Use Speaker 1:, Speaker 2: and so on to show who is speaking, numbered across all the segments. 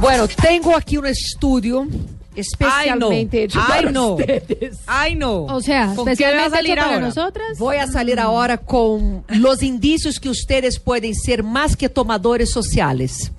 Speaker 1: Bueno, tengo aquí un estudio especialmente
Speaker 2: Ay, no.
Speaker 1: hecho
Speaker 2: Ay,
Speaker 1: para
Speaker 2: no.
Speaker 1: ustedes.
Speaker 2: Ay, no.
Speaker 3: O sea,
Speaker 2: ¿con qué va a
Speaker 3: especialmente
Speaker 2: salir
Speaker 3: hecho para
Speaker 2: ahora?
Speaker 3: nosotras.
Speaker 1: Voy a salir ahora con los indicios que ustedes pueden ser más que tomadores sociales.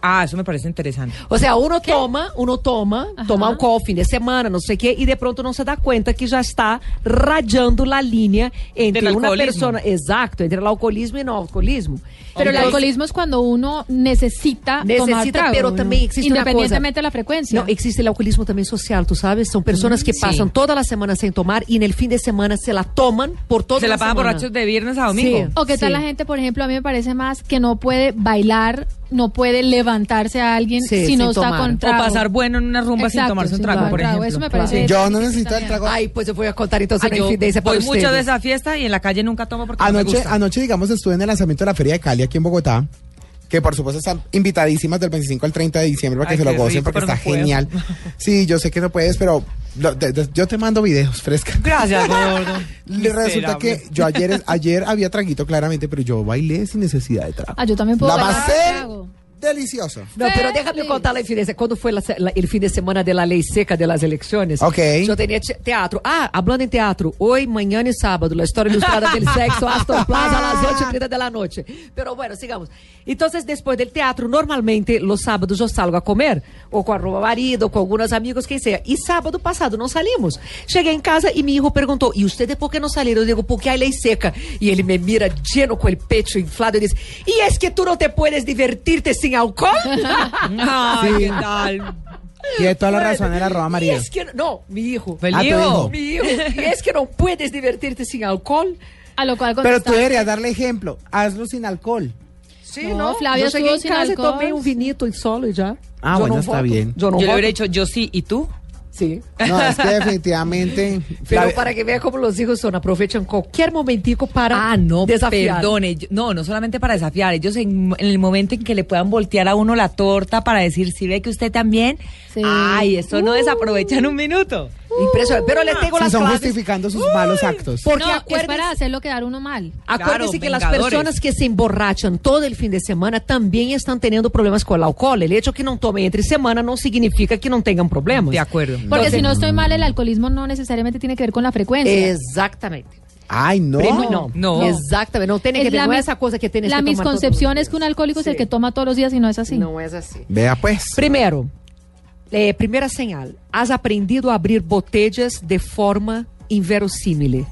Speaker 2: Ah, eso me parece interesante.
Speaker 1: O sea, uno toma, uno toma,
Speaker 3: Ajá.
Speaker 1: toma un coffee fin de semana, no sé qué, y de pronto no se da cuenta que ya está rayando la línea entre
Speaker 2: Del
Speaker 1: una
Speaker 2: alcoholismo.
Speaker 1: persona, exacto, entre el alcoholismo y no alcoholismo.
Speaker 3: Pero el
Speaker 1: Entonces,
Speaker 3: alcoholismo es cuando uno necesita, tomar
Speaker 1: Necesita,
Speaker 3: trago,
Speaker 1: pero
Speaker 3: Ah, ¿no?
Speaker 1: también existe una cosa.
Speaker 3: Independientemente de la frecuencia.
Speaker 1: No, existe el alcoholismo también social, tú sabes. Son personas que
Speaker 2: sí.
Speaker 1: pasan toda la semana sin tomar y en el fin de semana se la toman por toda
Speaker 2: Se la
Speaker 1: la
Speaker 2: pasan
Speaker 1: semana.
Speaker 2: borrachos de viernes a domingo.
Speaker 1: Sí.
Speaker 3: o qué tal la gente, por ejemplo, a mí me parece más que no puede bailar, no puede levantarse a alguien
Speaker 1: Sí,
Speaker 3: si no
Speaker 1: sin
Speaker 3: está
Speaker 1: tomar.
Speaker 3: con
Speaker 1: O
Speaker 2: O
Speaker 3: trago.
Speaker 2: pasar bueno en una rumba sin
Speaker 3: Exacto,
Speaker 2: tomarse un
Speaker 3: sin
Speaker 2: trago,
Speaker 3: tomar
Speaker 2: por ejemplo.
Speaker 3: Eso me parece.
Speaker 4: Yo no necesito el
Speaker 3: también.
Speaker 4: trago.
Speaker 1: Ay, pues yo voy a contar entonces
Speaker 2: Ah,
Speaker 1: una
Speaker 2: yo
Speaker 1: infidencia para
Speaker 2: voy mucho de
Speaker 1: ustedes.
Speaker 2: esa fiesta y en la calle nunca tomo porque no me
Speaker 4: Anoche,
Speaker 2: gusta.
Speaker 4: anoche, digamos, estuve en el lanzamiento de la Feria de Cali aquí en Bogotá. Que por supuesto están invitadísimas del 25 al 30 de diciembre para que
Speaker 2: Ay,
Speaker 4: se lo
Speaker 2: qué
Speaker 4: gocen
Speaker 2: rico,
Speaker 4: porque
Speaker 2: pero no
Speaker 4: está
Speaker 2: puedo.
Speaker 4: genial. Sí, yo sé que no puedes, pero lo- de- de- yo te mando videos fresca.
Speaker 2: Gracias, gordo.
Speaker 4: Le resulta
Speaker 2: Miserable.
Speaker 4: que yo ayer, ayer había traguito claramente, pero yo bailé sin necesidad de trago.
Speaker 3: Ah, yo también puedo
Speaker 4: La
Speaker 3: bailar
Speaker 4: pasé
Speaker 3: sin trago.
Speaker 4: delicioso.
Speaker 1: No, pero déjame
Speaker 3: Feliz.
Speaker 1: contar la infidencia. ¿Cuándo fue la se- la- el fin de semana de la ley seca de las elecciones?
Speaker 4: Ok.
Speaker 1: Yo tenía te- teatro. Ah, hablando en teatro, hoy, mañana y sábado, la historia ilustrada del sexo, Aston Plaza, a las 8.30 de la noche. Pero bueno, sigamos. Entonces, después del teatro, normalmente los sábados yo salgo a comer, o con arroba marido, o con algunos amigos, quien sea. Y sábado pasado no salimos. Cheguei em casa e mi hijo perguntou, ¿y ustedes por qué no salieron? Eu digo, porque hay ley seca. E ele me mira lleno com o pecho inflado e diz, ¿y es que tú no te puedes divertirte sin alcohol?
Speaker 2: Ay, qué tal.
Speaker 4: Ah, Tiene toda la razón el arroba
Speaker 1: Y
Speaker 4: María.
Speaker 1: es que, no, mi hijo.
Speaker 2: Feliz.
Speaker 4: Ah, tu hijo.
Speaker 1: Mi hijo. Y es que no puedes divertirte sin alcohol.
Speaker 3: A lo cual
Speaker 4: Pero tú
Speaker 3: contestaba.
Speaker 4: deberías darle ejemplo. Hazlo sin alcohol.
Speaker 1: Sí,
Speaker 3: No, Flavia
Speaker 1: yo cheguei
Speaker 3: estuvo
Speaker 1: em
Speaker 3: sin
Speaker 1: casa e
Speaker 3: alcohol.
Speaker 1: tomei um vinito em solo e já.
Speaker 4: Ah,
Speaker 1: Eu
Speaker 4: bueno,
Speaker 1: não
Speaker 4: está
Speaker 1: voto.
Speaker 4: bien.
Speaker 1: Eu não
Speaker 2: Yo le
Speaker 1: voto.
Speaker 2: hubiera dicho yo sí y tú.
Speaker 1: Sim.
Speaker 4: No, es que definitivamente.
Speaker 1: Pero
Speaker 4: Flavia-
Speaker 1: para que vea como los hijos son, aprovechan cualquier momentico para
Speaker 2: Ah, no,
Speaker 1: desafiar.
Speaker 2: perdone. yo- No, no solamente para desafiar. Ellos en, en el momento en que le puedan voltear a uno la torta para decir, si ve que usted también.
Speaker 3: Sí.
Speaker 2: Ay, eso no desaprovechan un minuto.
Speaker 1: Uh, Impresionante. Pero le tengo
Speaker 4: Sí,
Speaker 1: las
Speaker 4: son
Speaker 1: claves.
Speaker 4: justificando sus malos actos.
Speaker 1: Porque
Speaker 3: no, es
Speaker 1: acuérdense-
Speaker 3: para hacerlo quedar uno mal.
Speaker 1: Acuérdense
Speaker 2: Claro,
Speaker 1: que las
Speaker 2: vengadores.
Speaker 1: personas que se emborrachan todo el fin de semana también están teniendo problemas con el alcohol. El hecho que no tomen entre semana no significa que no tengan problemas.
Speaker 2: De acuerdo.
Speaker 3: Porque
Speaker 1: Entonces-
Speaker 3: si no estoy mal, el alcoholismo no necesariamente tiene que ver con la frecuencia.
Speaker 1: Exactamente.
Speaker 4: Ay, no.
Speaker 1: Primo, no.
Speaker 2: No.
Speaker 1: Exactamente. No tiene
Speaker 3: Es
Speaker 1: que ver
Speaker 3: la
Speaker 1: con
Speaker 3: mi-
Speaker 1: esa cosa que tienes
Speaker 3: La
Speaker 1: que tomar todos
Speaker 3: misconcepción
Speaker 1: los
Speaker 3: es que un
Speaker 1: días. Sí.
Speaker 3: alcohólico es el que toma todos los días y no es así.
Speaker 1: No es así.
Speaker 4: Vea pues.
Speaker 1: Primero, eh, primera señal. Has aprendido a abrir botellas de forma inverosímil.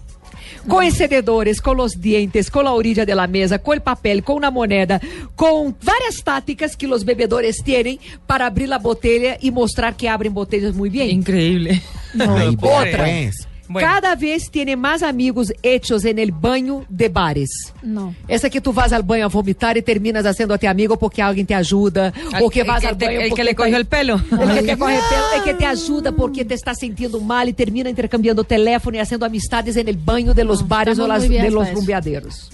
Speaker 1: Com encendedores, com os dientes, com a orilla de la mesa, com o papel, com uma moneda, com várias táticas que os bebedores têm para abrir a botelha e mostrar que abrem botelhas muito bem.
Speaker 2: Increíble.
Speaker 4: Ay, vea
Speaker 2: Otra.
Speaker 4: pues.
Speaker 2: Bueno.
Speaker 1: Cada vez tiene mais amigos hechos en el banho de bares.
Speaker 3: No.
Speaker 1: Essa que tu vas ao banho a vomitar e terminas sendo até amigo porque alguém te ajuda.
Speaker 2: Al-
Speaker 1: ou que vas
Speaker 2: el
Speaker 1: ao
Speaker 2: que te-
Speaker 1: banho
Speaker 2: el que
Speaker 1: porque
Speaker 2: le
Speaker 1: tá-
Speaker 2: cogió el pelo.
Speaker 1: El que te coge pelo, el que te ajuda porque te está sentindo mal e termina intercambiando telefone e haciendo amistades en el banho de los
Speaker 2: Ah,
Speaker 3: No,
Speaker 1: bares ou
Speaker 3: estamos
Speaker 1: las,
Speaker 3: muy
Speaker 1: de
Speaker 3: viejas
Speaker 1: los
Speaker 3: para eso.
Speaker 1: rumbeadeiros.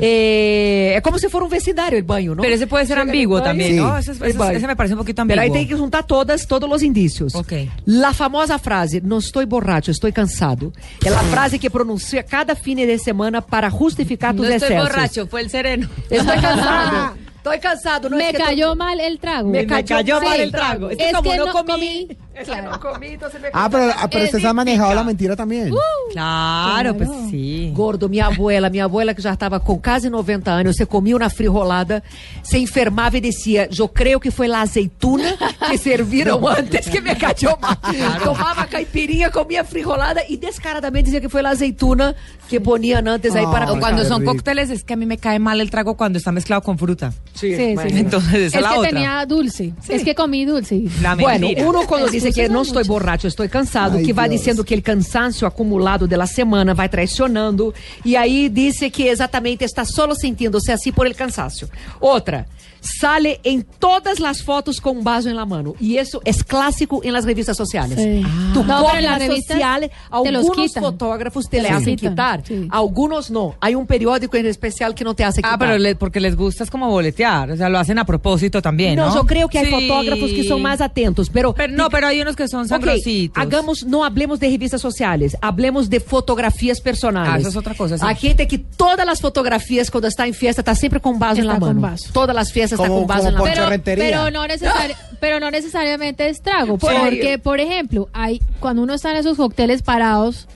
Speaker 1: Eh, é como se fosse um vecindário el banho, não?
Speaker 2: Mm. Pero ese puede ser
Speaker 1: Chega no
Speaker 2: ambiguo
Speaker 1: banho,
Speaker 2: también,
Speaker 4: Sí.
Speaker 2: ¿no? Ese, es-
Speaker 1: el
Speaker 2: ese es-
Speaker 1: banho.
Speaker 2: ese me parece un poquito
Speaker 1: Pero
Speaker 2: ambiguo.
Speaker 1: ahí tem que juntar todas, todos os indícios.
Speaker 2: Ok.
Speaker 1: La famosa frase, não estou borracho, estou cansado. É
Speaker 2: Ah.
Speaker 1: a frase que pronuncia cada fim de semana para justificar tus
Speaker 2: No estoy
Speaker 1: excessos.
Speaker 2: borracho, fue el sereno.
Speaker 1: Estou cansado. Estou cansado. Não é
Speaker 3: me
Speaker 1: que tô-
Speaker 3: cayó mal el trago.
Speaker 1: Me cayó
Speaker 2: cayó mal
Speaker 1: mal
Speaker 2: el trago.
Speaker 3: Es
Speaker 2: Es que como
Speaker 3: que
Speaker 2: no
Speaker 3: no
Speaker 2: comí.
Speaker 3: comí.
Speaker 1: É que não comi, então você me
Speaker 4: Ah, pero, ah, pero
Speaker 3: Es
Speaker 4: ustedes han manejado la mentira también.
Speaker 2: Claro, pues sí.
Speaker 1: Gordo, minha abuela, minha abuela que já estava com quase 90 anos, você comia uma frirolada, se enfermava e descia. Eu creio que foi lá azeitona que serviram antes que me cachou mal. Tomava caipirinha, comia frirolada e descaradamente dizia que foi lá azeitona que poniam antes aí
Speaker 4: Ah,
Speaker 1: para
Speaker 2: O
Speaker 4: Ay,
Speaker 2: cuando
Speaker 4: qué
Speaker 2: son
Speaker 4: rico.
Speaker 2: cócteles, es que a mí me cae mal el trago cuando está mezclado con fruta.
Speaker 3: Sí, sí.
Speaker 2: Entonces, esa
Speaker 3: es
Speaker 2: es la
Speaker 3: que
Speaker 2: otra.
Speaker 3: tenía dulce. Es que comí dulce.
Speaker 2: La
Speaker 1: Bueno,
Speaker 2: mentira.
Speaker 1: uno quando é, diz que
Speaker 3: Excusas
Speaker 1: não
Speaker 3: há
Speaker 1: estou
Speaker 3: muitas.
Speaker 1: borracho, estou cansado,
Speaker 4: Ai,
Speaker 1: que vai
Speaker 4: Deus.
Speaker 1: dizendo que ele cansancio acumulado da semana vai traicionando, e aí disse que exatamente está solo sentindo-se assim por el cansancio. Outra, sale em todas as fotos com um vaso em la mano, e isso é clássico em las revistas sociales.
Speaker 3: Sí. Ah.
Speaker 1: Tu
Speaker 3: No, pero
Speaker 1: corre
Speaker 3: en las
Speaker 1: las
Speaker 3: revistas
Speaker 1: sociales,
Speaker 3: te los
Speaker 1: alguns
Speaker 3: quitan.
Speaker 1: fotógrafos te,
Speaker 3: Te
Speaker 1: le
Speaker 3: los
Speaker 1: hacen
Speaker 3: quitan,
Speaker 1: quitar,
Speaker 3: sí.
Speaker 1: alguns não. Há um periódico em especial que não te hace quitar.
Speaker 2: Ah, pero le- porque les gusta es como boletear, o sea, lo hacen a propósito también, ¿no?
Speaker 1: No, yo creo que hay
Speaker 2: Sí.
Speaker 1: fotógrafos que son más atentos, pero
Speaker 2: Pero no, pero hay hay unos que son
Speaker 1: Ok,
Speaker 2: sangrositos.
Speaker 1: hagamos, no hablemos de revistas sociales, hablemos de fotografías personales.
Speaker 2: Ah, eso es otra cosa, sí.
Speaker 1: Hay gente que todas las fotografías cuando está en fiesta está siempre con vaso en
Speaker 3: Está
Speaker 1: la
Speaker 3: con
Speaker 1: mano.
Speaker 3: vaso.
Speaker 1: Todas las fiestas está
Speaker 4: Como-
Speaker 1: con vaso en la
Speaker 4: como
Speaker 1: mano.
Speaker 4: Poncho
Speaker 3: Pero,
Speaker 4: Rentería.
Speaker 3: pero no necesari- pero no necesariamente es trago,
Speaker 1: Sí.
Speaker 3: porque, por ejemplo, hay cuando uno está en esos cócteles parados,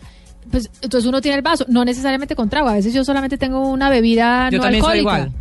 Speaker 3: pues entonces uno tiene el vaso, no necesariamente con trago, a veces yo solamente tengo una bebida
Speaker 2: Yo
Speaker 3: no
Speaker 2: también soy
Speaker 3: alcohólica.
Speaker 2: igual.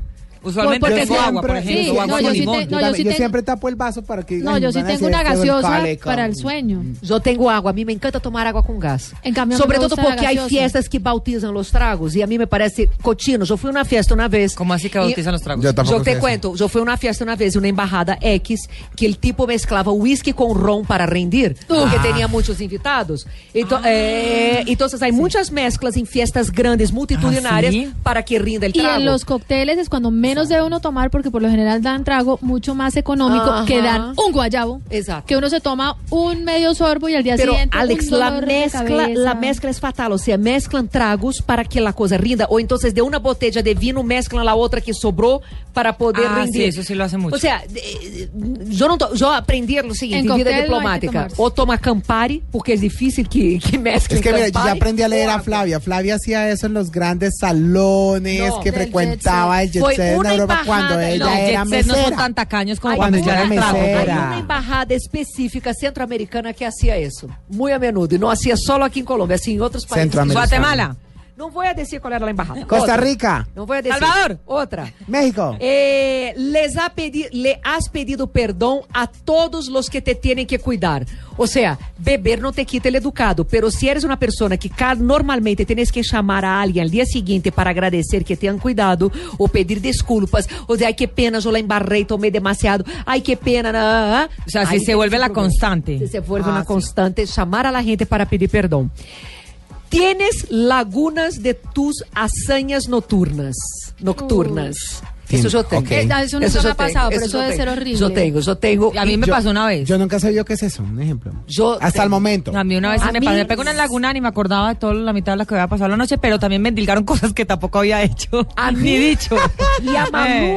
Speaker 2: Usualmente
Speaker 3: Porque
Speaker 2: tengo
Speaker 3: sí.
Speaker 2: agua, por
Speaker 3: Sí,
Speaker 2: ejemplo,
Speaker 3: no,
Speaker 2: agua
Speaker 3: yo
Speaker 2: con
Speaker 3: sí
Speaker 2: limón.
Speaker 3: te- no,
Speaker 4: yo,
Speaker 3: yo sí
Speaker 4: yo
Speaker 3: te-
Speaker 4: siempre tapo el vaso para que.
Speaker 3: No,
Speaker 4: ay,
Speaker 3: yo
Speaker 4: me
Speaker 3: sí
Speaker 4: van a
Speaker 3: tengo
Speaker 4: decir
Speaker 3: una
Speaker 4: esto del
Speaker 3: gaseosa
Speaker 4: cálico.
Speaker 3: para el sueño.
Speaker 1: Yo tengo agua, a mí me encanta tomar agua con gas.
Speaker 3: En cambio, a mí
Speaker 1: Sobre
Speaker 3: me
Speaker 1: todo
Speaker 3: gusta la
Speaker 1: porque hay
Speaker 3: gaseosa.
Speaker 1: fiestas que bautizan los tragos y a mí me parece cochino. Yo fui a una fiesta una vez.
Speaker 2: ¿Cómo así assim que
Speaker 1: y-
Speaker 2: bautizan los tragos?
Speaker 4: Yo tampoco
Speaker 1: Yo te
Speaker 4: sé eso.
Speaker 1: cuento, yo fui a una fiesta una vez, una embajada X, que el tipo mezclaba whisky con ron para rendir,
Speaker 3: Ah.
Speaker 1: porque tenía muchos invitados. Ento- eh, entonces hay muchas mezclas en fiestas grandes, multitudinarias,
Speaker 2: Ah, ¿sí?
Speaker 1: para que rinda el
Speaker 3: Y
Speaker 1: trago.
Speaker 3: en los cócteles es cuando menos debe uno tomar porque por lo general dan trago mucho más económico
Speaker 1: Ajá.
Speaker 3: que dan un guayabo.
Speaker 1: Exacto.
Speaker 3: Que uno se toma un medio sorbo y al día
Speaker 1: Pero,
Speaker 3: siguiente un
Speaker 1: Alex, la
Speaker 3: dolor de
Speaker 1: mezcla, la
Speaker 3: cabeza.
Speaker 1: mezcla es fatal. O sea, mezclan tragos para que la cosa rinda. O entonces de una botella de vino mezclan la otra que sobró para poder
Speaker 2: Ah,
Speaker 1: rendir.
Speaker 2: sí, eso sí lo hace mucho.
Speaker 1: O sea, eh, yo, no to- yo aprendí lo siguiente en,
Speaker 3: En
Speaker 1: vida
Speaker 3: cóctel no hay que
Speaker 1: diplomática.
Speaker 3: tomarse.
Speaker 1: O toma Campari, porque es difícil que, que mezclen
Speaker 4: Es que mira, yo ya
Speaker 1: Campari.
Speaker 4: aprendí a leer a Flavia. Flavia hacía eso en los grandes salones
Speaker 1: No,
Speaker 4: que
Speaker 3: del
Speaker 4: frecuentaba el
Speaker 1: jet set. Fue
Speaker 4: jet set en
Speaker 1: una
Speaker 4: Europa
Speaker 1: embajada,
Speaker 4: cuando ella
Speaker 2: no,
Speaker 4: era
Speaker 2: jet set no son
Speaker 4: mesera.
Speaker 2: tan tacaños como
Speaker 1: Hay
Speaker 2: cuando
Speaker 4: Cuando
Speaker 2: yo era
Speaker 4: yo era mesera.
Speaker 1: Hay
Speaker 2: trago.
Speaker 1: una embajada específica centroamericana que hacía eso, muy a menudo. Y no hacía solo aquí en Colombia, así en otros países.
Speaker 4: Centroamericana.
Speaker 2: Guatemala.
Speaker 1: No voy a decir cuál era la embajada.
Speaker 4: Costa
Speaker 1: Otra.
Speaker 4: Rica,
Speaker 1: No voy a decir.
Speaker 2: Salvador.
Speaker 1: Otra.
Speaker 4: México.
Speaker 1: Eh, les ha pedi- le has pedido perdón a todos los que te tienen que cuidar. O sea, beber no te quita el educado, pero si eres una persona que ca- normalmente tienes que llamar a alguien al día siguiente para agradecer que te han cuidado o pedir desculpas, o de ay, qué pena, yo la embarré, tomé demasiado, ay, qué pena. na, na, na".
Speaker 2: O sea, si
Speaker 1: Ahí
Speaker 2: se
Speaker 1: tienes
Speaker 2: vuelve
Speaker 1: un
Speaker 2: la
Speaker 1: problema.
Speaker 2: constante.
Speaker 1: Si se vuelve
Speaker 2: Ah,
Speaker 1: una
Speaker 2: sí.
Speaker 1: constante, llamar a la gente para pedir perdón. Tienes lagunas de tus hazañas nocturnas. Nocturnas.
Speaker 4: Sim,
Speaker 1: Isso eu já tenho.
Speaker 4: ok. Eh,
Speaker 3: eso nunca me
Speaker 1: já
Speaker 3: ha pasado,
Speaker 1: tenho,
Speaker 3: pero
Speaker 1: isso já
Speaker 3: eso debe
Speaker 1: tenho.
Speaker 3: ser horrible.
Speaker 1: Eu tenho, eu tenho.
Speaker 2: A mí me
Speaker 4: Yo-
Speaker 2: pasó una vez.
Speaker 4: Yo nunca sabía qué es eso, un ejemplo.
Speaker 1: Yo
Speaker 4: Hasta el
Speaker 1: tengo-
Speaker 4: momento.
Speaker 2: No, a mí una vez
Speaker 1: No,
Speaker 2: sí
Speaker 1: a
Speaker 2: me
Speaker 1: mí-
Speaker 2: pasó, me pegó una laguna ni me acordaba de toda la mitad de lo que había pasado la noche, pero también me endilgaron cosas que tampoco había hecho.
Speaker 1: A
Speaker 2: ni
Speaker 1: mí-
Speaker 2: dicho.
Speaker 1: E a
Speaker 2: Eh.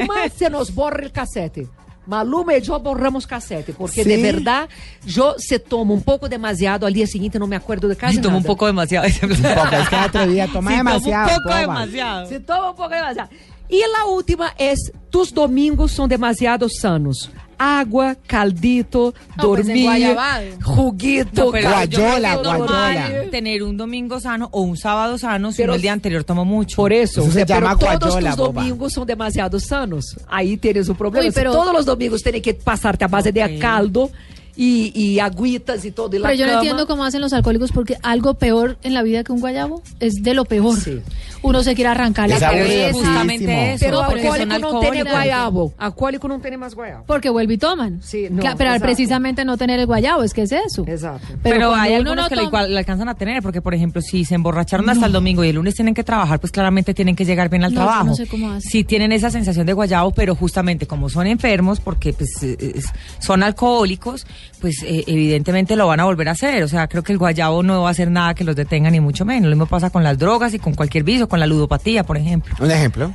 Speaker 1: Maluma se nos borra o cassete. Maluma e eu borramos cassete, porque de
Speaker 4: Sí.
Speaker 1: verdade, eu se toma um pouco demasiado, al dia seguinte não me acuerdo de casa.
Speaker 2: Y tomó un poco demasiado.
Speaker 4: Un poco, es que atrevida, toma
Speaker 2: Sí, tomó
Speaker 4: demasiado.
Speaker 2: Un poco
Speaker 4: boba.
Speaker 2: demasiado.
Speaker 1: Se toma um pouco demasiado. E a última é: tus domingos são demasiado sanos. Água, caldito,
Speaker 3: No, Ah, pues,
Speaker 1: dormir,
Speaker 3: enguayabado.
Speaker 1: juguito,
Speaker 2: pero
Speaker 1: ca-
Speaker 2: yo creo que es
Speaker 4: Guayola,
Speaker 2: normal
Speaker 4: guayola.
Speaker 2: Tener un domingo sano o un sábado sano si
Speaker 1: Pero-
Speaker 2: uno el día anterior toma mucho.
Speaker 1: Por eso, eh,
Speaker 4: Eso se
Speaker 1: pero
Speaker 4: llama
Speaker 1: todos
Speaker 4: guayola,
Speaker 1: los
Speaker 4: boba.
Speaker 1: domingos son demasiado sanos. Ahí tienes un problema.
Speaker 3: Uy,
Speaker 1: Si
Speaker 3: pero-
Speaker 1: todos los domingos tienen que pasarte a base de
Speaker 2: Ok.
Speaker 1: caldo y, y agüitas y todo. Y la
Speaker 3: Pero yo no
Speaker 1: cama.
Speaker 3: entiendo cómo hacen los alcohólicos porque algo peor en la vida que un guayabo es de lo peor.
Speaker 1: Sí.
Speaker 3: Uno se quiere arrancar la
Speaker 4: Es
Speaker 2: Pero
Speaker 3: cabeza
Speaker 2: es justamente
Speaker 4: aburridísimo.
Speaker 2: eso.
Speaker 1: Pero
Speaker 3: No, porque
Speaker 1: alcohólico
Speaker 2: son
Speaker 1: no tiene
Speaker 2: alcohólicos.
Speaker 1: guayabo. Alcohólico no tiene más guayabo.
Speaker 3: porque vuelve y toman.
Speaker 1: Sí, no,
Speaker 3: Cla- pero
Speaker 1: exacto.
Speaker 3: precisamente no tener el guayabo, es que es eso.
Speaker 1: Exacto.
Speaker 2: Pero,
Speaker 3: cuando
Speaker 2: hay
Speaker 3: uno
Speaker 2: algunos
Speaker 3: no
Speaker 2: que le,
Speaker 3: toma-
Speaker 2: igual- le alcanzan a tener, porque por ejemplo, si se emborracharon hasta el domingo y el lunes tienen que trabajar, pues claramente tienen que llegar bien al
Speaker 3: No, yo
Speaker 2: trabajo.
Speaker 3: no sé cómo hacen.
Speaker 2: Sí tienen esa sensación de guayabo, pero justamente como son enfermos, porque pues eh, es- son alcohólicos, pues eh, evidentemente lo van a volver a hacer. O sea, creo que el guayabo no va a hacer nada que los detenga, ni mucho menos. Lo mismo pasa con las drogas y con cualquier vicio, con la ludopatía, por ejemplo.
Speaker 4: Un ejemplo.